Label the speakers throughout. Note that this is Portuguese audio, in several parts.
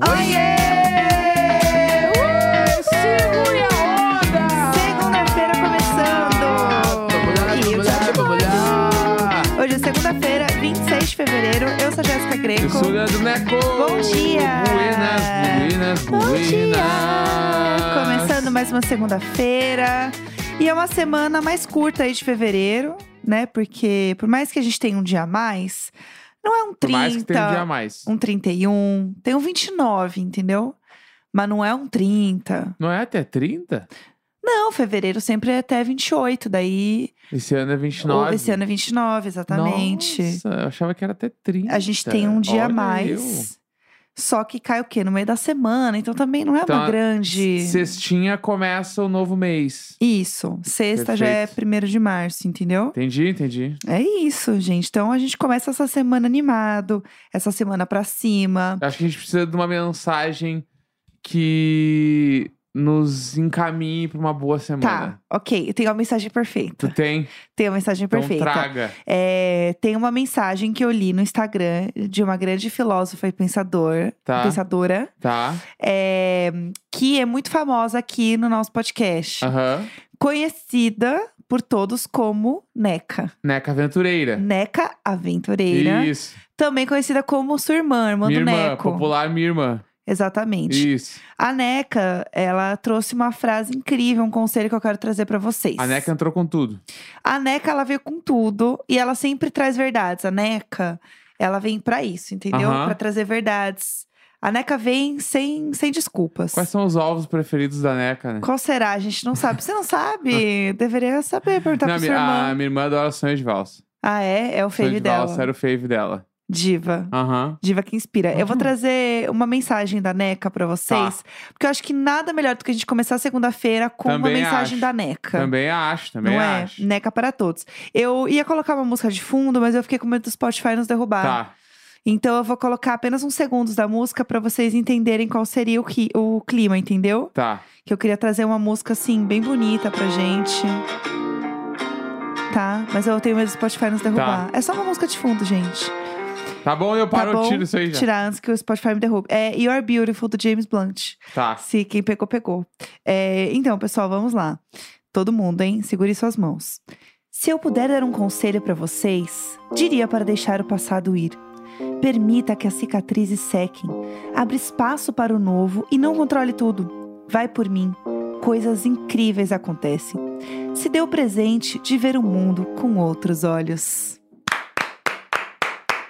Speaker 1: Uh,
Speaker 2: é Greco.
Speaker 1: Eu sou Leandro Neco.
Speaker 2: Bom dia.
Speaker 1: Buenas, buenas,
Speaker 2: Bom
Speaker 1: buenas.
Speaker 2: dia! Começando mais uma segunda-feira. E é uma semana mais curta aí de fevereiro, né? Porque por mais que a gente tenha um dia a mais, não é um 30,
Speaker 1: Por mais que tenha um dia a mais.
Speaker 2: um 31, tem um 29, entendeu? Mas não é um 30.
Speaker 1: Não é até 30?
Speaker 2: Não, fevereiro sempre é até 28, daí
Speaker 1: Esse ano é
Speaker 2: ou
Speaker 1: 29.
Speaker 2: esse ano é 29, exatamente.
Speaker 1: Nossa, eu achava que era até 30.
Speaker 2: A gente tem um dia a
Speaker 1: Olha
Speaker 2: mais. Só que cai o quê? No meio da semana, então também não é
Speaker 1: Então,
Speaker 2: uma grande.
Speaker 1: eu. Sextinha começa o novo mês.
Speaker 2: Isso. Sexta já é
Speaker 1: Perfeito.
Speaker 2: primeiro de março, entendeu?
Speaker 1: Entendi, entendi.
Speaker 2: É isso, gente. Então a gente começa essa semana animado, essa semana pra cima.
Speaker 1: Eu Acho que a gente precisa de uma mensagem que nos encaminhe para uma boa semana. Então
Speaker 2: Tá, ok. Eu tenho uma mensagem perfeita.
Speaker 1: Tu tem?
Speaker 2: Tenho uma mensagem perfeita.
Speaker 1: Então traga.
Speaker 2: É, tem uma mensagem que eu li no Instagram de uma grande filósofa e pensador,
Speaker 1: Tá.
Speaker 2: pensadora,
Speaker 1: Tá?
Speaker 2: é, que é muito famosa aqui no nosso podcast.
Speaker 1: Aham.
Speaker 2: Conhecida por todos como Neca.
Speaker 1: Neca Aventureira.
Speaker 2: Neca Aventureira.
Speaker 1: Isso.
Speaker 2: Também conhecida como sua irmã, irmã
Speaker 1: minha
Speaker 2: do
Speaker 1: irmã,
Speaker 2: Neco.
Speaker 1: popular minha irmã.
Speaker 2: Exatamente.
Speaker 1: Isso.
Speaker 2: A Neca, ela trouxe uma frase incrível, um conselho que eu quero trazer pra vocês.
Speaker 1: A Neca entrou com tudo.
Speaker 2: A Neca, ela veio com tudo e ela sempre traz verdades. A Neca, ela vem pra isso, entendeu?
Speaker 1: Aham.
Speaker 2: Pra trazer verdades. A Neca vem sem, sem desculpas.
Speaker 1: Quais são os ovos preferidos da Neca, né?
Speaker 2: Qual será? A gente não sabe. Você não sabe? Deveria saber, perguntar
Speaker 1: Não,
Speaker 2: pra
Speaker 1: a,
Speaker 2: sua
Speaker 1: minha, a
Speaker 2: irmã.
Speaker 1: minha irmã adora sonho de valsa.
Speaker 2: Ah, é? É o
Speaker 1: Sonho
Speaker 2: fave
Speaker 1: de
Speaker 2: dela.
Speaker 1: valsa era o fave dela.
Speaker 2: Diva.
Speaker 1: Aham.
Speaker 2: Diva que inspira. Eu vou
Speaker 1: Uhum.
Speaker 2: trazer uma mensagem da Neca pra vocês,
Speaker 1: Tá.
Speaker 2: porque eu acho que nada melhor do que a gente começar a segunda-feira com
Speaker 1: Também
Speaker 2: uma mensagem
Speaker 1: acho.
Speaker 2: da Neca.
Speaker 1: Também acho, também
Speaker 2: Não é?
Speaker 1: acho.
Speaker 2: Neca para todos. Eu ia colocar uma música de fundo, mas eu fiquei com medo do Spotify nos derrubar.
Speaker 1: Tá.
Speaker 2: Então eu vou colocar apenas uns segundos da música pra vocês entenderem qual seria o, qui- o clima, entendeu?
Speaker 1: Tá.
Speaker 2: Que eu queria trazer uma música assim bem bonita pra gente. Tá? Mas eu tenho medo do Spotify nos derrubar. É só uma música de fundo, gente.
Speaker 1: Tá bom, eu paro,
Speaker 2: tá bom,
Speaker 1: eu tiro isso aí já.
Speaker 2: Tirar antes que o Spotify me derrube. É You're Beautiful, do James Blunt.
Speaker 1: Tá.
Speaker 2: Se quem pegou, pegou. É, então, pessoal, vamos lá. Todo mundo, hein? Segure suas mãos. Se eu puder dar um conselho pra vocês, diria para deixar o passado ir. Permita que as cicatrizes sequem. Abre espaço para o novo e não controle tudo. Vai por mim. Coisas incríveis acontecem. Se dê o presente de ver o mundo com outros olhos.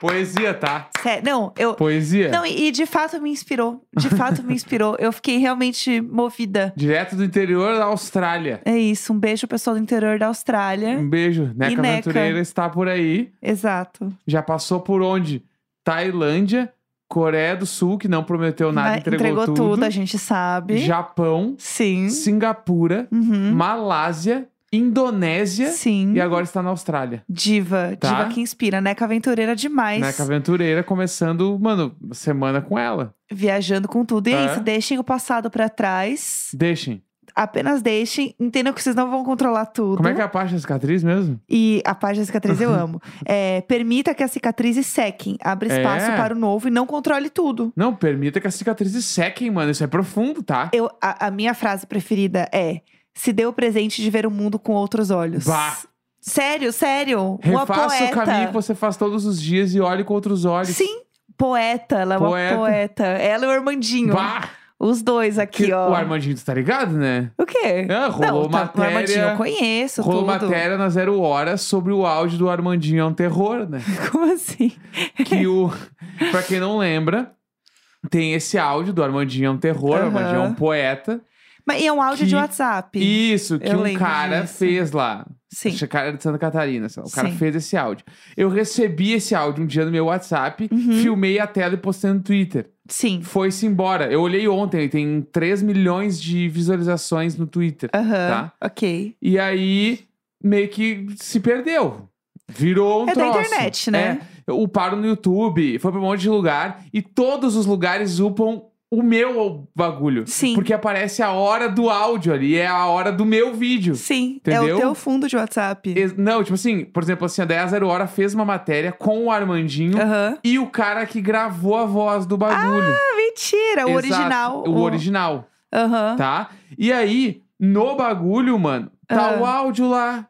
Speaker 1: Poesia, tá?
Speaker 2: Sé- Não, eu,
Speaker 1: Poesia.
Speaker 2: Não, e, e de fato me inspirou. De fato me inspirou. Eu fiquei realmente movida.
Speaker 1: Direto do interior da Austrália.
Speaker 2: É isso. Um beijo, pessoal do interior da Austrália.
Speaker 1: Um beijo. Neca
Speaker 2: É? Neca.
Speaker 1: Aventureira está por aí.
Speaker 2: Exato.
Speaker 1: Já passou por onde? Tailândia, Coreia do Sul, que não prometeu nada,
Speaker 2: Vai-
Speaker 1: entregou,
Speaker 2: tudo. Hum? a gente sabe.
Speaker 1: Japão,
Speaker 2: Sim.
Speaker 1: Singapura,
Speaker 2: Uhum.
Speaker 1: Malásia, Indonésia
Speaker 2: Sim.
Speaker 1: e agora está na Austrália.
Speaker 2: Diva.
Speaker 1: Tá.
Speaker 2: Diva que inspira. Neca aventureira demais.
Speaker 1: Neca Aventureira começando, mano, semana com ela.
Speaker 2: Viajando com tudo. E é
Speaker 1: É.
Speaker 2: isso. Deixem o passado pra trás.
Speaker 1: Deixem.
Speaker 2: Apenas deixem. Entendam que vocês não vão controlar tudo.
Speaker 1: Como é que é a parte da cicatriz mesmo?
Speaker 2: E a página da cicatriz eu amo. É, permita que as cicatrizes sequem. Abre espaço
Speaker 1: É.
Speaker 2: para o novo e não controle tudo.
Speaker 1: Não, permita que as cicatrizes sequem, mano. Isso é profundo, tá?
Speaker 2: Eu, a, a minha frase preferida é: se dê o presente de ver o mundo com outros olhos.
Speaker 1: Bah.
Speaker 2: Sério, sério. uma
Speaker 1: Refaça
Speaker 2: poeta.
Speaker 1: o caminho que você faz todos os dias e olhe com outros olhos.
Speaker 2: Sim, poeta. Ela é uma
Speaker 1: Poeta.
Speaker 2: poeta. Ela e o Armandinho.
Speaker 1: Bah!
Speaker 2: Os dois aqui,
Speaker 1: Que-
Speaker 2: ó.
Speaker 1: O Armandinho, tu tá ligado, né?
Speaker 2: O quê?
Speaker 1: É, rolou
Speaker 2: Não, tá- O
Speaker 1: matéria-
Speaker 2: Armandinho eu conheço
Speaker 1: Rolou
Speaker 2: tudo.
Speaker 1: matéria na Zero Hora sobre o áudio do Armandinho é um terror, né?
Speaker 2: Como assim?
Speaker 1: que o. pra quem não lembra, tem esse áudio do Armandinho é um terror,
Speaker 2: Aham.
Speaker 1: o Armandinho é um poeta.
Speaker 2: Mas e é um áudio
Speaker 1: Que-
Speaker 2: de WhatsApp.
Speaker 1: Isso, que
Speaker 2: Eu
Speaker 1: um
Speaker 2: lembro
Speaker 1: cara
Speaker 2: disso.
Speaker 1: fez lá.
Speaker 2: Sim.
Speaker 1: Esse cara de Santa Catarina, sei lá, o cara
Speaker 2: Sim.
Speaker 1: fez esse áudio. Eu recebi esse áudio um dia no meu WhatsApp,
Speaker 2: Uhum.
Speaker 1: filmei a tela e postei no Twitter.
Speaker 2: Sim.
Speaker 1: Foi-se embora. Eu olhei ontem, ele tem 3 milhões de visualizações no Twitter.
Speaker 2: Aham.
Speaker 1: Tá.
Speaker 2: Ok.
Speaker 1: E aí, meio que se perdeu. Virou um
Speaker 2: É da
Speaker 1: troço.
Speaker 2: internet, né?
Speaker 1: É, uparam no YouTube, foi pra um monte de lugar. E todos os lugares upam o meu bagulho.
Speaker 2: Sim.
Speaker 1: Porque aparece a hora do áudio ali, é a hora do meu vídeo.
Speaker 2: Sim. É o
Speaker 1: Entendeu?
Speaker 2: teu fundo de WhatsApp.
Speaker 1: Ex- Não, tipo assim, por exemplo, assim, a 10 Zero Hora fez uma matéria com o Armandinho
Speaker 2: Aham.
Speaker 1: e o cara que gravou a voz do bagulho.
Speaker 2: Ah, mentira. O
Speaker 1: Exato,
Speaker 2: original.
Speaker 1: O original,
Speaker 2: Aham.
Speaker 1: tá? E aí, no bagulho, mano, tá
Speaker 2: Ah.
Speaker 1: o áudio lá.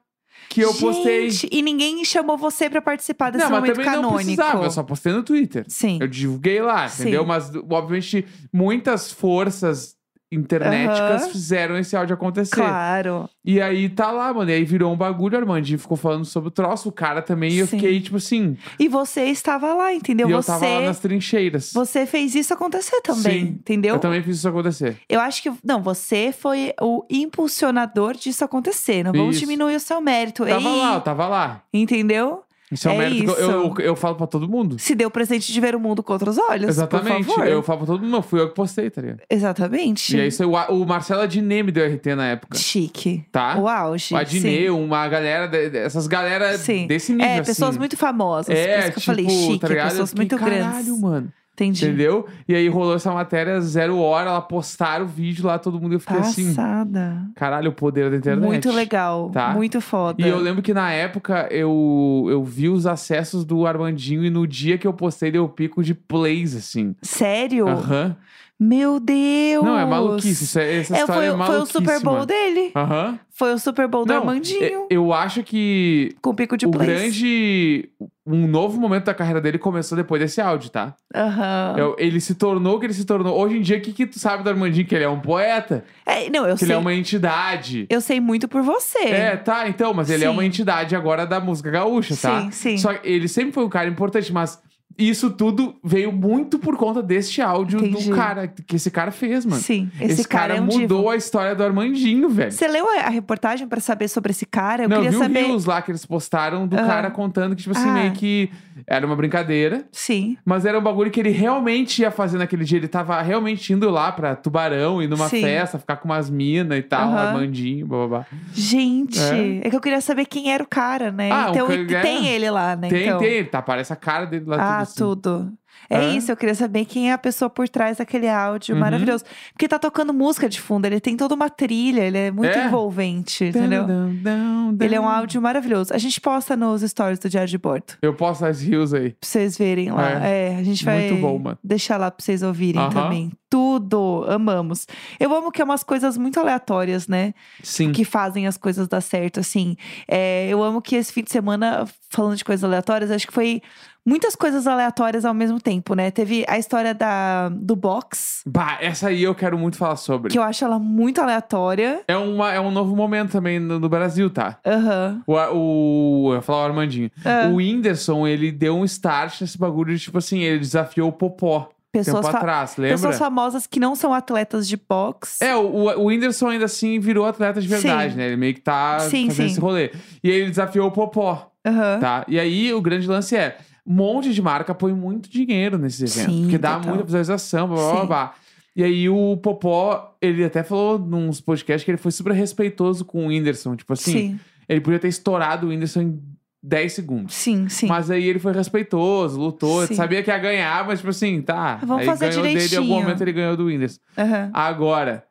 Speaker 1: que eu
Speaker 2: Gente,
Speaker 1: postei.
Speaker 2: E ninguém chamou você pra participar desse
Speaker 1: Não, mas
Speaker 2: momento
Speaker 1: também não
Speaker 2: canônico.
Speaker 1: precisava, eu só postei no Twitter.
Speaker 2: Sim.
Speaker 1: Eu divulguei lá,
Speaker 2: Sim.
Speaker 1: entendeu? Mas, obviamente, muitas forças internéticas
Speaker 2: Aham.
Speaker 1: fizeram esse áudio acontecer.
Speaker 2: Claro.
Speaker 1: E aí tá lá, mano. E aí virou um bagulho, o Armandinho ficou falando sobre o troço, o cara também. E eu
Speaker 2: Sim.
Speaker 1: fiquei, tipo assim.
Speaker 2: E você estava lá, entendeu?
Speaker 1: e eu
Speaker 2: você,
Speaker 1: tava lá nas trincheiras.
Speaker 2: você fez isso acontecer também,
Speaker 1: Sim.
Speaker 2: entendeu?
Speaker 1: Eu também fiz isso acontecer.
Speaker 2: Eu acho que. Não, você foi o impulsionador disso acontecer. Não vamos
Speaker 1: Isso.
Speaker 2: diminuir o seu mérito.
Speaker 1: Eu tava
Speaker 2: Ei,
Speaker 1: lá, eu tava lá.
Speaker 2: Entendeu?
Speaker 1: Isso é um
Speaker 2: É
Speaker 1: mérito que eu, eu,
Speaker 2: isso.
Speaker 1: eu falo pra todo mundo.
Speaker 2: Se deu o presente de ver o mundo com outros olhos.
Speaker 1: Exatamente.
Speaker 2: Por favor.
Speaker 1: Eu falo pra todo mundo, não, fui eu que postei, tá ligado?
Speaker 2: Exatamente.
Speaker 1: E é isso aí, o, o Marcelo Adnet me deu RT na época,
Speaker 2: Chique.
Speaker 1: tá?
Speaker 2: O auge.
Speaker 1: O
Speaker 2: sim.
Speaker 1: Adnet, uma galera, de- essas galera
Speaker 2: Sim.
Speaker 1: desse nível,
Speaker 2: É,
Speaker 1: assim.
Speaker 2: pessoas muito famosas.
Speaker 1: É,
Speaker 2: por isso que eu falei
Speaker 1: tipo,
Speaker 2: chique,
Speaker 1: tá ligado? Eu
Speaker 2: pessoas
Speaker 1: fiquei,
Speaker 2: muito
Speaker 1: Caralho,
Speaker 2: grandes.
Speaker 1: mano.
Speaker 2: Entendi.
Speaker 1: Entendeu? E aí rolou essa matéria zero hora, ela postaram o vídeo lá, todo mundo eu fiquei assim,
Speaker 2: Passada.
Speaker 1: caralho, o poder da internet.
Speaker 2: Muito legal. né?
Speaker 1: Tá?
Speaker 2: Muito foda.
Speaker 1: E eu lembro que na época eu, eu vi os acessos do Armandinho e no dia que eu postei deu pico de plays, assim.
Speaker 2: Sério?
Speaker 1: Aham.
Speaker 2: Meu Deus!
Speaker 1: Não, é maluquice. Isso é, essa
Speaker 2: É,
Speaker 1: história
Speaker 2: foi, o- foi
Speaker 1: é
Speaker 2: o
Speaker 1: maluquice.
Speaker 2: Super Bowl
Speaker 1: mano.
Speaker 2: dele.
Speaker 1: Aham.
Speaker 2: Foi o Super Bowl do
Speaker 1: Não,
Speaker 2: Armandinho.
Speaker 1: Eu eu acho que
Speaker 2: Com pico de
Speaker 1: o
Speaker 2: plays.
Speaker 1: grande. Um novo momento da carreira dele começou depois desse áudio, tá?
Speaker 2: Aham.
Speaker 1: Eu- ele se tornou o que ele se tornou. Hoje em dia, o que, que tu sabe do Armandinho? Que ele é um poeta,
Speaker 2: É, não, eu
Speaker 1: que ele
Speaker 2: sei.
Speaker 1: é uma entidade.
Speaker 2: Eu sei muito por você.
Speaker 1: É, tá, então, mas ele é
Speaker 2: Sim.
Speaker 1: uma entidade agora da música gaúcha, tá?
Speaker 2: Sim, sim.
Speaker 1: Só que ele sempre foi um cara importante, mas isso tudo veio muito por conta deste áudio
Speaker 2: Entendi.
Speaker 1: do cara, que esse cara fez, mano.
Speaker 2: Sim, esse,
Speaker 1: cara,
Speaker 2: é um
Speaker 1: mudou
Speaker 2: divo.
Speaker 1: a história do Armandinho, velho.
Speaker 2: Você leu a a reportagem pra saber sobre esse cara? Eu
Speaker 1: não,
Speaker 2: queria
Speaker 1: viu
Speaker 2: saber.
Speaker 1: os lá que eles postaram do
Speaker 2: Aham.
Speaker 1: cara contando que, tipo assim,
Speaker 2: Ah.
Speaker 1: meio que era uma brincadeira.
Speaker 2: Sim.
Speaker 1: Mas era um bagulho que ele realmente ia fazer naquele dia. Ele tava realmente indo lá pra Tubarão, ir numa
Speaker 2: Sim.
Speaker 1: festa, ficar com umas minas e tal,
Speaker 2: Aham.
Speaker 1: Armandinho, bababá.
Speaker 2: Gente, é.
Speaker 1: É.
Speaker 2: que eu queria saber quem era o cara, né?
Speaker 1: Ah, o
Speaker 2: então,
Speaker 1: cara-
Speaker 2: e tem
Speaker 1: é.
Speaker 2: ele lá, né?
Speaker 1: Tem,
Speaker 2: então.
Speaker 1: tem, tá, parece a cara dele lá
Speaker 2: Ah,
Speaker 1: tudo assim.
Speaker 2: tudo. É,
Speaker 1: É.
Speaker 2: isso, eu queria saber quem é a pessoa por trás daquele áudio
Speaker 1: Uhum.
Speaker 2: maravilhoso. Porque tá tocando música de fundo, ele tem toda uma trilha, ele é muito
Speaker 1: É.
Speaker 2: envolvente, entendeu?
Speaker 1: Dão, dão, dão.
Speaker 2: Ele é um áudio maravilhoso. A gente posta nos stories do Diário de Bordo,
Speaker 1: Eu posto as rios aí.
Speaker 2: pra vocês verem lá. É, a gente vai
Speaker 1: Muito bom, mano.
Speaker 2: deixar lá pra vocês ouvirem
Speaker 1: Aham.
Speaker 2: também. Tudo, amamos. Eu amo que é umas coisas muito aleatórias, né?
Speaker 1: Sim.
Speaker 2: que fazem as coisas dar certo, assim. É, eu amo que esse fim de semana, falando de coisas aleatórias, acho que foi muitas coisas aleatórias ao mesmo tempo, né? Teve a história da, do box,
Speaker 1: Bah, essa aí eu quero muito falar sobre.
Speaker 2: que eu acho ela muito aleatória.
Speaker 1: É, uma, é um novo momento também no, no Brasil, tá?
Speaker 2: Aham.
Speaker 1: O, Ar- o, eu ia falar o Armandinho.
Speaker 2: Ah.
Speaker 1: O Whindersson, ele deu um start nesse bagulho de, tipo assim, ele desafiou o Popó
Speaker 2: Pessoas,
Speaker 1: tempo
Speaker 2: fa-
Speaker 1: atrás, lembra?
Speaker 2: pessoas famosas que não são atletas de boxe.
Speaker 1: É, o, o- o Whindersson ainda assim virou atleta de verdade,
Speaker 2: Sim.
Speaker 1: né? Ele meio que tá
Speaker 2: Sim,
Speaker 1: fazendo
Speaker 2: sim.
Speaker 1: esse rolê. E aí ele desafiou o Popó,
Speaker 2: Aham.
Speaker 1: tá? E aí o grande lance é: um monte de marca põe muito dinheiro nesses eventos.
Speaker 2: Sim,
Speaker 1: porque dá
Speaker 2: total.
Speaker 1: muita visualização, blá blá blá,
Speaker 2: Sim.
Speaker 1: blá. E aí o Popó, ele até falou nos podcasts que ele foi super respeitoso com o Whindersson. Tipo assim,
Speaker 2: Sim,
Speaker 1: ele podia ter estourado o Whindersson em 10 segundos.
Speaker 2: sim, sim.
Speaker 1: Mas aí ele foi respeitoso, lutou,
Speaker 2: Sim.
Speaker 1: sabia que ia ganhar, mas tipo assim, tá.
Speaker 2: Vamos
Speaker 1: aí
Speaker 2: fazer
Speaker 1: ganhou dele, em algum
Speaker 2: direitinho.
Speaker 1: momento ele ganhou do Whindersson.
Speaker 2: Aham.
Speaker 1: Agora,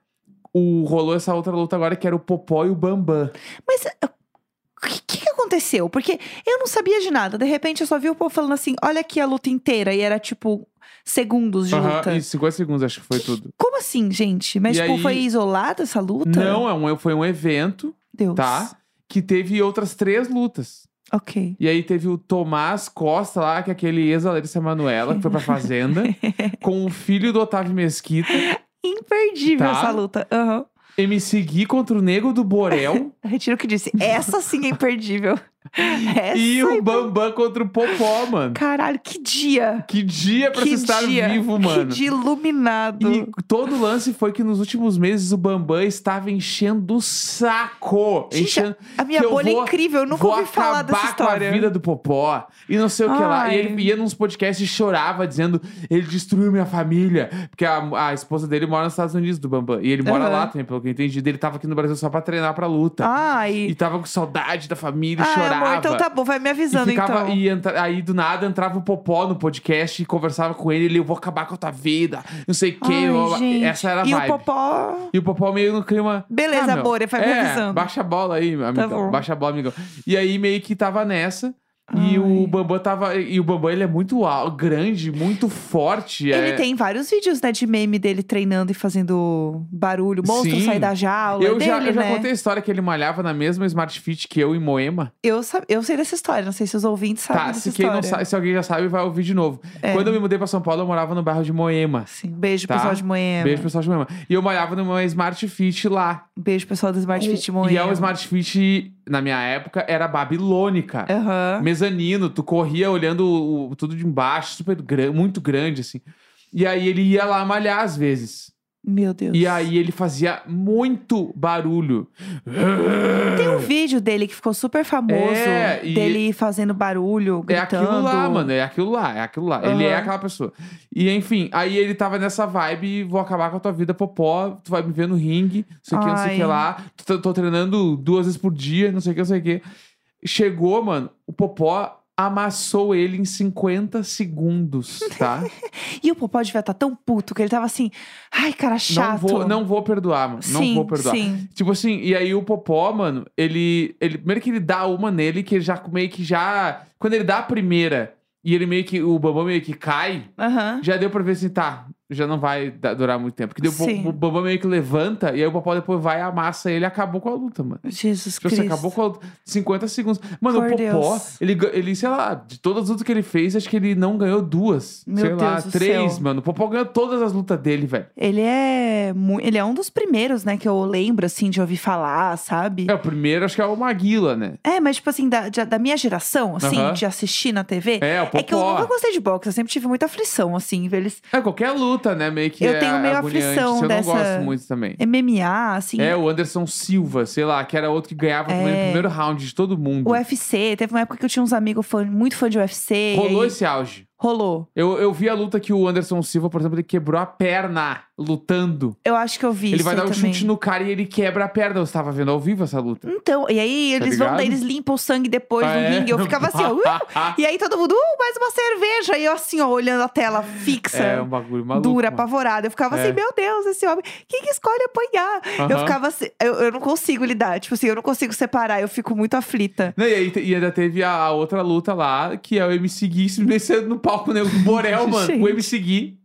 Speaker 1: o, rolou essa outra luta agora que era o Popó e o Bambam.
Speaker 2: Mas ah, o que, que que aconteceu? Porque eu não sabia de nada. De repente eu só vi o povo falando assim: olha aqui a luta inteira. E era tipo segundos de
Speaker 1: Aham,
Speaker 2: luta.
Speaker 1: e 50 segundos, acho que foi tudo.
Speaker 2: Como assim, gente? Mas,
Speaker 1: E
Speaker 2: tipo,
Speaker 1: aí-
Speaker 2: foi isolada essa luta?
Speaker 1: Não, é um, foi um evento,
Speaker 2: Deus.
Speaker 1: tá? Que teve outras três lutas.
Speaker 2: Ok.
Speaker 1: E aí teve o Tomás Costa lá, que é aquele ex da Larissa Manuela, que foi pra Fazenda, com o filho do Otávio Mesquita.
Speaker 2: Imperdível
Speaker 1: Tá.
Speaker 2: essa luta. Aham.
Speaker 1: MC Gui contra o Nego do Borel.
Speaker 2: Retiro o que disse. Essa sim é imperdível. Essa. é-
Speaker 1: e o Bambam contra o Popó, mano.
Speaker 2: Caralho, que dia.
Speaker 1: Que dia pra
Speaker 2: que
Speaker 1: se estar
Speaker 2: dia.
Speaker 1: vivo, mano.
Speaker 2: Que dia iluminado.
Speaker 1: E todo o lance foi que nos últimos meses o Bambam estava enchendo o saco.
Speaker 2: Gente,
Speaker 1: enchendo,
Speaker 2: A minha
Speaker 1: que eu
Speaker 2: bolha
Speaker 1: vou-
Speaker 2: é incrível. Eu nunca
Speaker 1: vou
Speaker 2: ouvi falar
Speaker 1: acabar
Speaker 2: dessa história.
Speaker 1: com a vida do Popó. E não sei o que lá.
Speaker 2: Ai.
Speaker 1: E ele ia nos podcasts e chorava, dizendo: ele destruiu minha família. Porque a, a esposa dele mora nos Estados Unidos, do Bambam. E ele mora
Speaker 2: Aham.
Speaker 1: lá também, pelo que eu entendi. Ele tava aqui no Brasil só pra treinar pra luta.
Speaker 2: Ai.
Speaker 1: E tava com saudade da família,
Speaker 2: Ai,
Speaker 1: chorava.
Speaker 2: amor, então tá bom, vai me avisando
Speaker 1: E ficava,
Speaker 2: então.
Speaker 1: e entra- aí do nada entrava o Popó no podcast e conversava com ele, ele, eu vou acabar com a tua vida, não sei o
Speaker 2: Ai,
Speaker 1: quê. blá, blá, blá.
Speaker 2: gente.
Speaker 1: Essa era a
Speaker 2: E
Speaker 1: vibe.
Speaker 2: o Popó.
Speaker 1: E o Popó meio no clima.
Speaker 2: Beleza,
Speaker 1: meu,
Speaker 2: amor, vai me
Speaker 1: é,
Speaker 2: avisando. Tá
Speaker 1: Baixa a bola aí, amigão.
Speaker 2: bom.
Speaker 1: baixa a bola, amigão. E aí meio que tava nessa. E
Speaker 2: Ai.
Speaker 1: o Bambam tava. E o Bambam, ele é muito al- grande, muito forte. é-
Speaker 2: Ele tem vários vídeos, né, de meme dele treinando e fazendo barulho. Monstro
Speaker 1: Sim.
Speaker 2: sai da jaula. é
Speaker 1: Eu já,
Speaker 2: dele,
Speaker 1: eu já
Speaker 2: né?
Speaker 1: contei a história que ele malhava na mesma Smart Fit que eu em Moema.
Speaker 2: Eu, sa- eu sei dessa história, não sei se os ouvintes sabem
Speaker 1: tá,
Speaker 2: dessa
Speaker 1: se, quem
Speaker 2: história.
Speaker 1: não sabe, se alguém já sabe, vai ouvir de novo.
Speaker 2: É.
Speaker 1: Quando eu me mudei pra São Paulo, eu morava no bairro de Moema.
Speaker 2: Sim, beijo,
Speaker 1: Tá.
Speaker 2: pessoal de Moema.
Speaker 1: Beijo,
Speaker 2: Beijo,
Speaker 1: pessoal de Moema. E eu malhava numa Smart Fit lá.
Speaker 2: pessoal do Smart Fit Moema.
Speaker 1: E é uma Smart Fit, na minha época, era babilônica.
Speaker 2: Aham.
Speaker 1: Mezanino, tu corria olhando o- o- tudo de embaixo, super gran- muito grande, assim. E aí ele ia lá malhar às vezes.
Speaker 2: Meu Deus.
Speaker 1: E aí ele fazia muito barulho.
Speaker 2: Tem um vídeo dele que ficou super famoso.
Speaker 1: É, e-
Speaker 2: dele fazendo barulho,
Speaker 1: É
Speaker 2: gritando.
Speaker 1: aquilo lá, mano. É aquilo lá, é aquilo lá. Ele é
Speaker 2: Aham.
Speaker 1: aquela pessoa. E enfim, aí ele tava nessa vibe, vou acabar com a tua vida, popó, tu vai me ver no ringue, não sei o que, não sei o que
Speaker 2: Ai.
Speaker 1: lá. Tô, tô treinando duas vezes por dia, não sei o que, não sei o que. Chegou, mano, o popó amassou ele em 50 segundos, tá?
Speaker 2: E o Popó devia estar tão puto que ele tava assim... Ai, cara chato.
Speaker 1: Não vou, não vou perdoar, mano.
Speaker 2: sim,
Speaker 1: não vou perdoar.
Speaker 2: sim.
Speaker 1: Tipo assim, e aí o Popó, mano, ele, ele. Primeiro que ele dá uma nele, que ele já meio que já. Quando ele dá a primeira e ele meio que. O Bambam meio que cai,
Speaker 2: Aham.
Speaker 1: já deu pra ver assim, tá, já não vai da- durar muito tempo. Porque daí o
Speaker 2: Sim.
Speaker 1: Bo- o Bambam meio que levanta e aí o Popó depois vai, amassa ele e acabou com a luta, mano.
Speaker 2: Jesus
Speaker 1: Tipo assim,
Speaker 2: Cristo.
Speaker 1: acabou com a luta. 50 segundos. Mano,
Speaker 2: Por
Speaker 1: o Popó,
Speaker 2: Deus.
Speaker 1: ele, ga- ele, sei lá, de todas as lutas que ele fez, acho que ele não ganhou duas.
Speaker 2: Meu
Speaker 1: sei lá,
Speaker 2: Deus do
Speaker 1: três,
Speaker 2: céu.
Speaker 1: mano. O Popó ganhou todas as lutas dele, velho.
Speaker 2: Ele é, mu- ele é um dos primeiros, né, que eu lembro, assim, de ouvir falar, sabe?
Speaker 1: É, o primeiro acho que é o Maguila, né?
Speaker 2: É, mas, tipo assim, da, de- da minha geração, assim,
Speaker 1: Aham.
Speaker 2: de assistir na TV.
Speaker 1: É, o Popó.
Speaker 2: É que eu nunca gostei de boxe, eu sempre tive muita aflição, assim, eles...
Speaker 1: É, qualquer luta, né? Meio que
Speaker 2: Eu
Speaker 1: é
Speaker 2: tenho meio
Speaker 1: agoniante.
Speaker 2: aflição
Speaker 1: Isso Eu
Speaker 2: dessa-
Speaker 1: não gosto muito também.
Speaker 2: MMA, assim,
Speaker 1: É, o Anderson Silva, sei lá, que era outro que ganhava também
Speaker 2: É.
Speaker 1: no primeiro round de todo mundo.
Speaker 2: UFC. Teve uma época que eu tinha uns amigos fã- muito fã de UFC. e
Speaker 1: Rolou
Speaker 2: aí-
Speaker 1: esse auge.
Speaker 2: Rolou.
Speaker 1: Eu, eu vi a luta que o Anderson Silva, por exemplo, ele quebrou a perna lutando.
Speaker 2: Eu acho que eu vi
Speaker 1: ele
Speaker 2: isso
Speaker 1: vai
Speaker 2: aí
Speaker 1: dar um
Speaker 2: também.
Speaker 1: chute no cara e ele quebra a perna. Eu estava vendo ao vivo essa luta.
Speaker 2: Então, e aí
Speaker 1: Tá
Speaker 2: eles vão, daí
Speaker 1: ligado?
Speaker 2: eles limpam o sangue depois do
Speaker 1: É.
Speaker 2: ringue. Eu ficava assim, ó. "Uh!" E aí todo mundo, uh, mais uma cerveja. E eu assim, ó, olhando a tela fixa.
Speaker 1: é um bagulho maluco.
Speaker 2: dura,
Speaker 1: mano.
Speaker 2: apavorada. Eu ficava assim,
Speaker 1: É.
Speaker 2: meu Deus, esse homem, quem que escolhe apanhar? Eu
Speaker 1: Aham.
Speaker 2: ficava assim, eu, eu não consigo lidar, tipo assim, eu não consigo separar, eu fico muito aflita.
Speaker 1: Não, e, aí te- e ainda teve a, a outra luta lá, que é o MC Gui simplesmente saindo no palco, né? O Borel, mano.
Speaker 2: Gente.
Speaker 1: O MC Gui.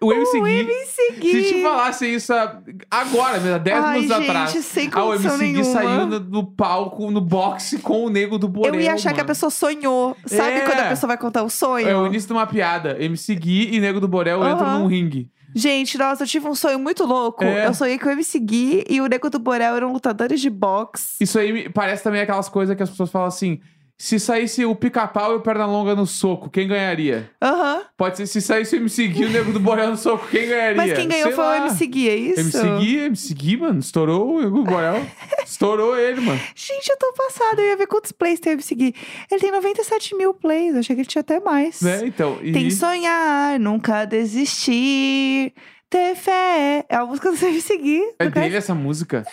Speaker 1: O MC
Speaker 2: O
Speaker 1: Gui.
Speaker 2: MC Gui.
Speaker 1: Se te falasse isso há- agora, mesmo, há 10
Speaker 2: Ai,
Speaker 1: minutos
Speaker 2: gente,
Speaker 1: atrás.
Speaker 2: sem
Speaker 1: Ah, o
Speaker 2: condição
Speaker 1: MC Gui
Speaker 2: nenhuma.
Speaker 1: saiu no, no palco, no boxe com o nego do Borel.
Speaker 2: eu ia achar que a
Speaker 1: mano.
Speaker 2: pessoa sonhou. Sabe
Speaker 1: É.
Speaker 2: quando a pessoa vai contar o sonho?
Speaker 1: É o início de uma piada. MC Gui e Nego do Borel entram
Speaker 2: Aham.
Speaker 1: num ringue.
Speaker 2: Gente, nossa, eu tive um sonho muito louco.
Speaker 1: É.
Speaker 2: Eu sonhei que o MC Gui e o Neco do Borel eram lutadores de boxe.
Speaker 1: Isso aí me- parece também aquelas coisas que as pessoas falam assim: se saísse o pica-pau e o perna longa no soco, quem ganharia?
Speaker 2: Aham.
Speaker 1: Pode ser se saísse o MC Gui e o Nego do Borel no soco, quem ganharia?
Speaker 2: Mas quem ganhou
Speaker 1: Sei
Speaker 2: foi
Speaker 1: lá.
Speaker 2: o MC Gui, é isso?
Speaker 1: MC Gui, MC Gui, mano, estourou o Nego do Borel. estourou ele, mano.
Speaker 2: Gente, eu tô passada. Eu ia ver quantos plays tem o MC Gui. Ele tem 97 mil plays. Eu achei que ele tinha até mais.
Speaker 1: Né? Então, e...
Speaker 2: Tem sonhar, nunca desistir, ter fé. É a música do MC Gui.
Speaker 1: É
Speaker 2: do cara-
Speaker 1: dele essa música?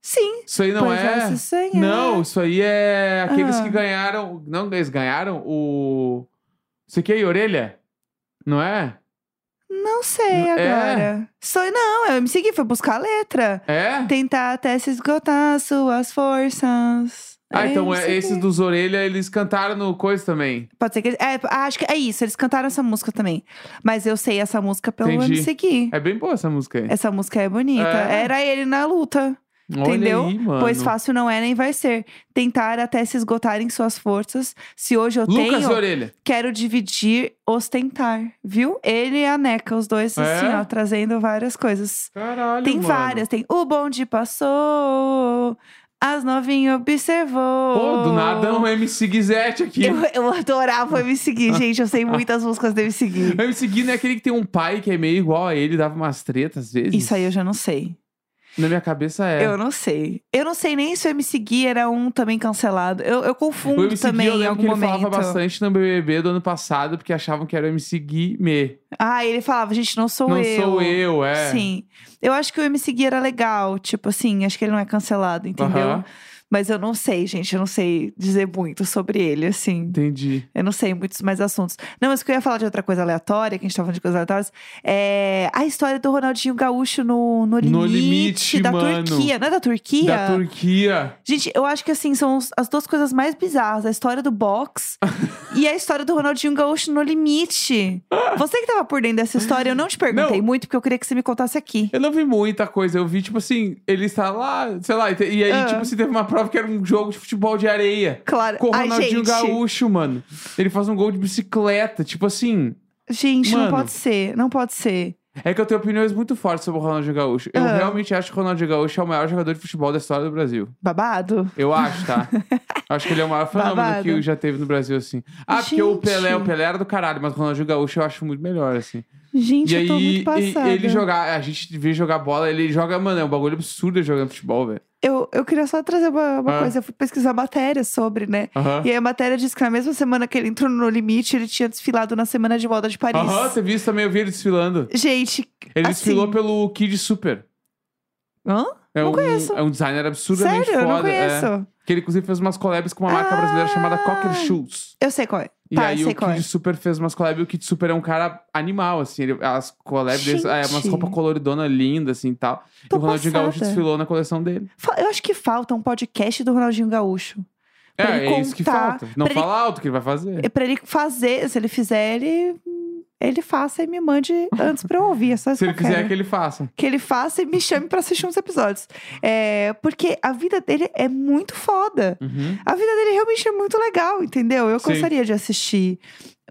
Speaker 2: Sim.
Speaker 1: Isso aí não
Speaker 2: pois
Speaker 1: é.
Speaker 2: vai se sonhar.
Speaker 1: Não, isso aí é aqueles
Speaker 2: Ah.
Speaker 1: que ganharam. Não, eles ganharam o. Isso aqui é orelha? Não é?
Speaker 2: Não sei
Speaker 1: É.
Speaker 2: agora. Sonho não, é o MC Gui. Foi buscar a letra.
Speaker 1: É?
Speaker 2: Tentar até se esgotar suas forças.
Speaker 1: Ah, então é,
Speaker 2: MC Gui.
Speaker 1: esses dos orelha, eles cantaram no coisa também.
Speaker 2: Pode ser que eles. É, ah, acho que é isso, eles cantaram essa música também. Mas eu sei essa música pelo
Speaker 1: Entendi.
Speaker 2: MC Gui.
Speaker 1: É bem boa essa música aí.
Speaker 2: Essa música é bonita.
Speaker 1: É.
Speaker 2: Era ele na luta. entendeu?
Speaker 1: Olha aí, mano.
Speaker 2: Pois fácil não é nem vai ser. Tentar até se esgotarem suas forças. Se hoje eu
Speaker 1: Lucas e
Speaker 2: tenho,
Speaker 1: orelha.
Speaker 2: quero dividir, ostentar. Viu? Ele e a Neca, os dois
Speaker 1: É?
Speaker 2: assim, ó, trazendo várias coisas.
Speaker 1: Caralho,
Speaker 2: tem
Speaker 1: mano.
Speaker 2: várias, tem o bonde passou, as novinhas observou.
Speaker 1: Pô, do nada um MC Guizete aqui.
Speaker 2: Oh. Eu, eu adorava me seguir, gente. Eu sei muitas músicas dele seguir.
Speaker 1: O MC Gui não é aquele que tem um pai que é meio igual a ele, dava umas tretas às vezes.
Speaker 2: Isso aí eu já não sei.
Speaker 1: Na minha cabeça é.
Speaker 2: Eu não sei. Eu não sei nem se o MC Gui era um também cancelado. Eu, eu
Speaker 1: O
Speaker 2: confundo
Speaker 1: MC
Speaker 2: também
Speaker 1: Gui, eu
Speaker 2: em
Speaker 1: lembro
Speaker 2: algum
Speaker 1: que ele
Speaker 2: momento.
Speaker 1: falava bastante no BBB do ano passado, porque achavam que era o MC Guimê.
Speaker 2: Ah, ele falava, gente, não sou
Speaker 1: Não
Speaker 2: eu.
Speaker 1: sou eu, é.
Speaker 2: Sim. Eu acho que o MC Gui era legal. Tipo assim, acho que ele não é cancelado, entendeu?
Speaker 1: Aham.
Speaker 2: Mas eu não sei, gente. Eu não sei dizer muito sobre ele, assim.
Speaker 1: Entendi.
Speaker 2: Eu não sei muitos mais assuntos. Não, mas o que eu ia falar de outra coisa aleatória, que a gente tá falando de coisas aleatórias, é a história do Ronaldinho Gaúcho no, no, limite,
Speaker 1: No Limite,
Speaker 2: da
Speaker 1: mano.
Speaker 2: Turquia. Não é da Turquia?
Speaker 1: Da Turquia.
Speaker 2: Gente, eu acho que assim, são os- as duas coisas mais bizarras: a história do box e a história do Ronaldinho Gaúcho no limite. Você que tava por dentro dessa história, eu não te perguntei
Speaker 1: Não.
Speaker 2: muito, porque eu queria que você me contasse aqui.
Speaker 1: Eu não vi muita coisa. Eu vi, tipo assim, ele está lá, sei lá. E, te- e aí,
Speaker 2: Ah.
Speaker 1: tipo, se teve uma prova que era um jogo de futebol de areia.
Speaker 2: Claro.
Speaker 1: Com o
Speaker 2: Ai,
Speaker 1: Ronaldinho
Speaker 2: gente.
Speaker 1: Gaúcho, mano. Ele faz um gol de bicicleta. Tipo assim.
Speaker 2: Gente,
Speaker 1: Mano.
Speaker 2: não pode ser, não pode ser.
Speaker 1: É que eu tenho opiniões muito fortes sobre o Ronaldinho Gaúcho. Eu
Speaker 2: Ah.
Speaker 1: realmente acho que o Ronaldinho Gaúcho é o maior jogador de futebol da história do Brasil.
Speaker 2: Babado?
Speaker 1: Eu acho, tá? acho que ele é o maior fenômeno
Speaker 2: Babado.
Speaker 1: que já teve no Brasil, assim. Ah, porque o
Speaker 2: Gente.
Speaker 1: Pelé, o Pelé era do caralho, mas o Ronaldinho Gaúcho eu acho muito melhor, assim.
Speaker 2: Gente,
Speaker 1: e
Speaker 2: eu
Speaker 1: aí,
Speaker 2: tô muito passada.
Speaker 1: e- ele jogar, a gente vê jogar bola, ele joga, mano, é um bagulho absurdo ele jogando futebol, velho.
Speaker 2: Eu, eu queria só trazer uma, uma
Speaker 1: Ah.
Speaker 2: coisa, eu fui pesquisar matéria sobre, né?
Speaker 1: Aham.
Speaker 2: E aí a matéria diz que na mesma semana que ele entrou no limite, ele tinha desfilado na Semana de Moda de Paris.
Speaker 1: Aham, você viu isso também? Eu vi ele desfilando.
Speaker 2: Gente,
Speaker 1: Ele
Speaker 2: é Assim.
Speaker 1: desfilou pelo Kid Super.
Speaker 2: hã?
Speaker 1: É
Speaker 2: Não
Speaker 1: um,
Speaker 2: conheço.
Speaker 1: É um designer absurdamente
Speaker 2: Sério, eu
Speaker 1: foda.
Speaker 2: não conheço.
Speaker 1: É, que ele, inclusive, fez umas collabs com uma marca brasileira chamada
Speaker 2: Ah.
Speaker 1: Cocker Shoes.
Speaker 2: Eu sei qual é.
Speaker 1: E
Speaker 2: Tá,
Speaker 1: aí
Speaker 2: sei
Speaker 1: o
Speaker 2: qual é.
Speaker 1: Kid Super fez umas collabs. E o Kid Super é um cara animal, assim. Ele, as collabs deles, é umas
Speaker 2: Gente.
Speaker 1: roupas coloridona lindas, assim, e tal.
Speaker 2: Tô
Speaker 1: e o Ronaldinho
Speaker 2: passada.
Speaker 1: Gaúcho desfilou na coleção dele.
Speaker 2: Fa- Eu acho que falta um podcast do Ronaldinho Gaúcho.
Speaker 1: É,
Speaker 2: Pra ele
Speaker 1: é isso que
Speaker 2: contar,
Speaker 1: falta. Não
Speaker 2: pra ele-
Speaker 1: fala alto que ele vai fazer.
Speaker 2: É pra ele fazer, se ele fizer, ele, ele faça e me mande antes pra eu ouvir. É só isso
Speaker 1: Se ele
Speaker 2: que eu quero.
Speaker 1: quiser que ele faça.
Speaker 2: que ele faça e me chame pra assistir uns episódios. É, porque a vida dele é muito foda.
Speaker 1: Uhum.
Speaker 2: A vida dele realmente é muito legal, entendeu? Eu
Speaker 1: Sim.
Speaker 2: gostaria de assistir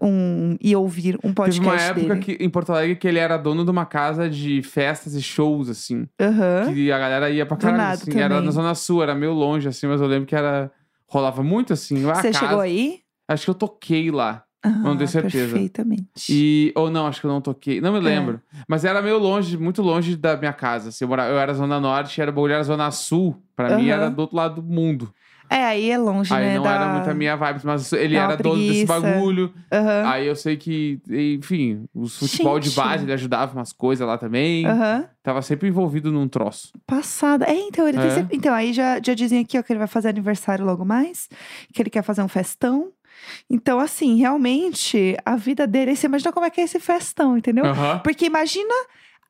Speaker 2: um e ouvir um podcast
Speaker 1: Teve uma época
Speaker 2: dele.
Speaker 1: que, em Porto Alegre que ele era dono de uma casa de festas e shows, assim.
Speaker 2: Aham.
Speaker 1: Que a galera ia pra
Speaker 2: Do
Speaker 1: caralho,
Speaker 2: nada
Speaker 1: assim. Era
Speaker 2: também.
Speaker 1: na Zona Sul, era meio longe, assim, mas eu lembro que era... Rolava muito, assim. lá a
Speaker 2: Você
Speaker 1: casa-
Speaker 2: chegou aí?
Speaker 1: Acho que eu toquei lá.
Speaker 2: Ah,
Speaker 1: tenho certeza.
Speaker 2: Perfeitamente.
Speaker 1: E, ou não, acho que eu não toquei.
Speaker 2: É.
Speaker 1: Não me lembro. Mas era meio longe, muito longe da minha casa. Assim, eu, morava, eu era Zona Norte, era bagulho, era Zona Sul. Pra mim,
Speaker 2: Aham.
Speaker 1: era do outro lado do mundo.
Speaker 2: É, aí é longe,
Speaker 1: Aí
Speaker 2: né?
Speaker 1: não
Speaker 2: da...
Speaker 1: era muito a minha vibe, mas ele
Speaker 2: dá uma
Speaker 1: era dono desse
Speaker 2: preguiça.
Speaker 1: bagulho.
Speaker 2: Aham.
Speaker 1: Aí eu sei que, enfim, os futebol de
Speaker 2: Gente.
Speaker 1: base, ele ajudava umas coisas lá também.
Speaker 2: Aham.
Speaker 1: Tava sempre envolvido num troço.
Speaker 2: Passada. É, então, ele tem
Speaker 1: É.
Speaker 2: sempre- Então, aí já, já dizem aqui ó, que ele vai fazer aniversário logo mais, que ele quer fazer um festão. Então, assim, realmente, a vida dele. aí Você imagina como é que é esse festão, entendeu?
Speaker 1: Aham.
Speaker 2: Porque imagina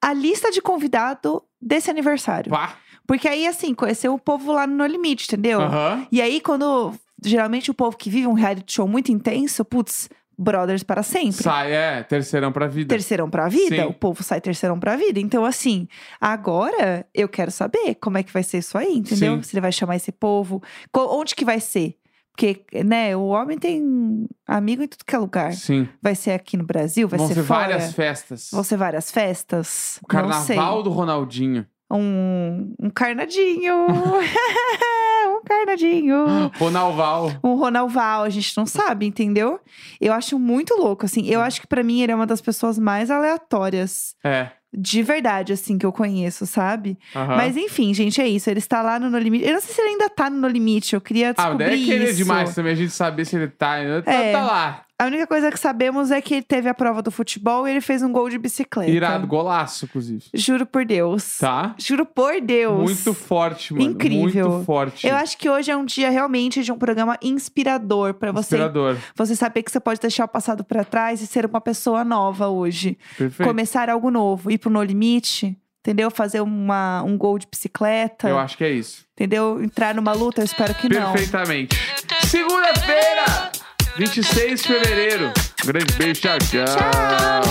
Speaker 2: a lista de convidado desse aniversário.
Speaker 1: Pá.
Speaker 2: Porque aí, assim, conheceu o povo lá no No Limite, entendeu?
Speaker 1: Aham.
Speaker 2: E aí, quando. Geralmente, o povo que vive um reality show muito intenso, putz, brothers para sempre.
Speaker 1: Sai, é, terceirão pra vida.
Speaker 2: Terceirão pra vida,
Speaker 1: Sim.
Speaker 2: o povo sai terceirão pra vida. Então, assim, agora eu quero saber como é que vai ser isso aí, entendeu?
Speaker 1: Sim.
Speaker 2: Se ele vai chamar esse povo, co- onde que vai ser? Porque, né, o homem tem amigo em tudo que é lugar.
Speaker 1: Sim.
Speaker 2: Vai ser aqui no Brasil, vai
Speaker 1: Vão
Speaker 2: ser
Speaker 1: ser
Speaker 2: fora.
Speaker 1: várias festas.
Speaker 2: Vão ser várias festas.
Speaker 1: O
Speaker 2: é. Não sei.
Speaker 1: carnaval do Ronaldinho.
Speaker 2: Um, um carnadinho. um carnadinho.
Speaker 1: Ronalval.
Speaker 2: Um Ronalval, a gente não sabe, entendeu? Eu acho muito louco, assim. Eu acho que pra mim ele é uma das pessoas mais aleatórias,
Speaker 1: É.
Speaker 2: de verdade, assim, que eu conheço, sabe?
Speaker 1: Aham.
Speaker 2: Mas enfim, gente, é isso. Ele está lá no No Limite. Eu não sei se ele ainda tá no No Limite, eu queria
Speaker 1: Ah,
Speaker 2: descobrir
Speaker 1: daí é querer
Speaker 2: isso.
Speaker 1: demais também a gente saber se ele tá. Tá,
Speaker 2: É.
Speaker 1: tá lá.
Speaker 2: A única coisa que sabemos é que ele teve a prova do futebol e ele fez um gol de bicicleta.
Speaker 1: Irado, golaço, inclusive.
Speaker 2: Juro por Deus.
Speaker 1: Tá?
Speaker 2: Juro por Deus.
Speaker 1: Muito forte, mano.
Speaker 2: Incrível.
Speaker 1: Muito forte.
Speaker 2: Eu acho que hoje é um dia realmente de um programa inspirador pra você.
Speaker 1: Inspirador.
Speaker 2: Você saber que você pode deixar o passado pra trás e ser uma pessoa nova hoje.
Speaker 1: Perfeito.
Speaker 2: Começar algo novo, ir pro No Limite, entendeu? Fazer uma, um gol de bicicleta,
Speaker 1: Eu acho que é isso.
Speaker 2: entendeu? Entrar numa luta, eu espero que não.
Speaker 1: Perfeitamente. Segunda-feira, 26 de fevereiro. Grande beijo, tchau. tchau.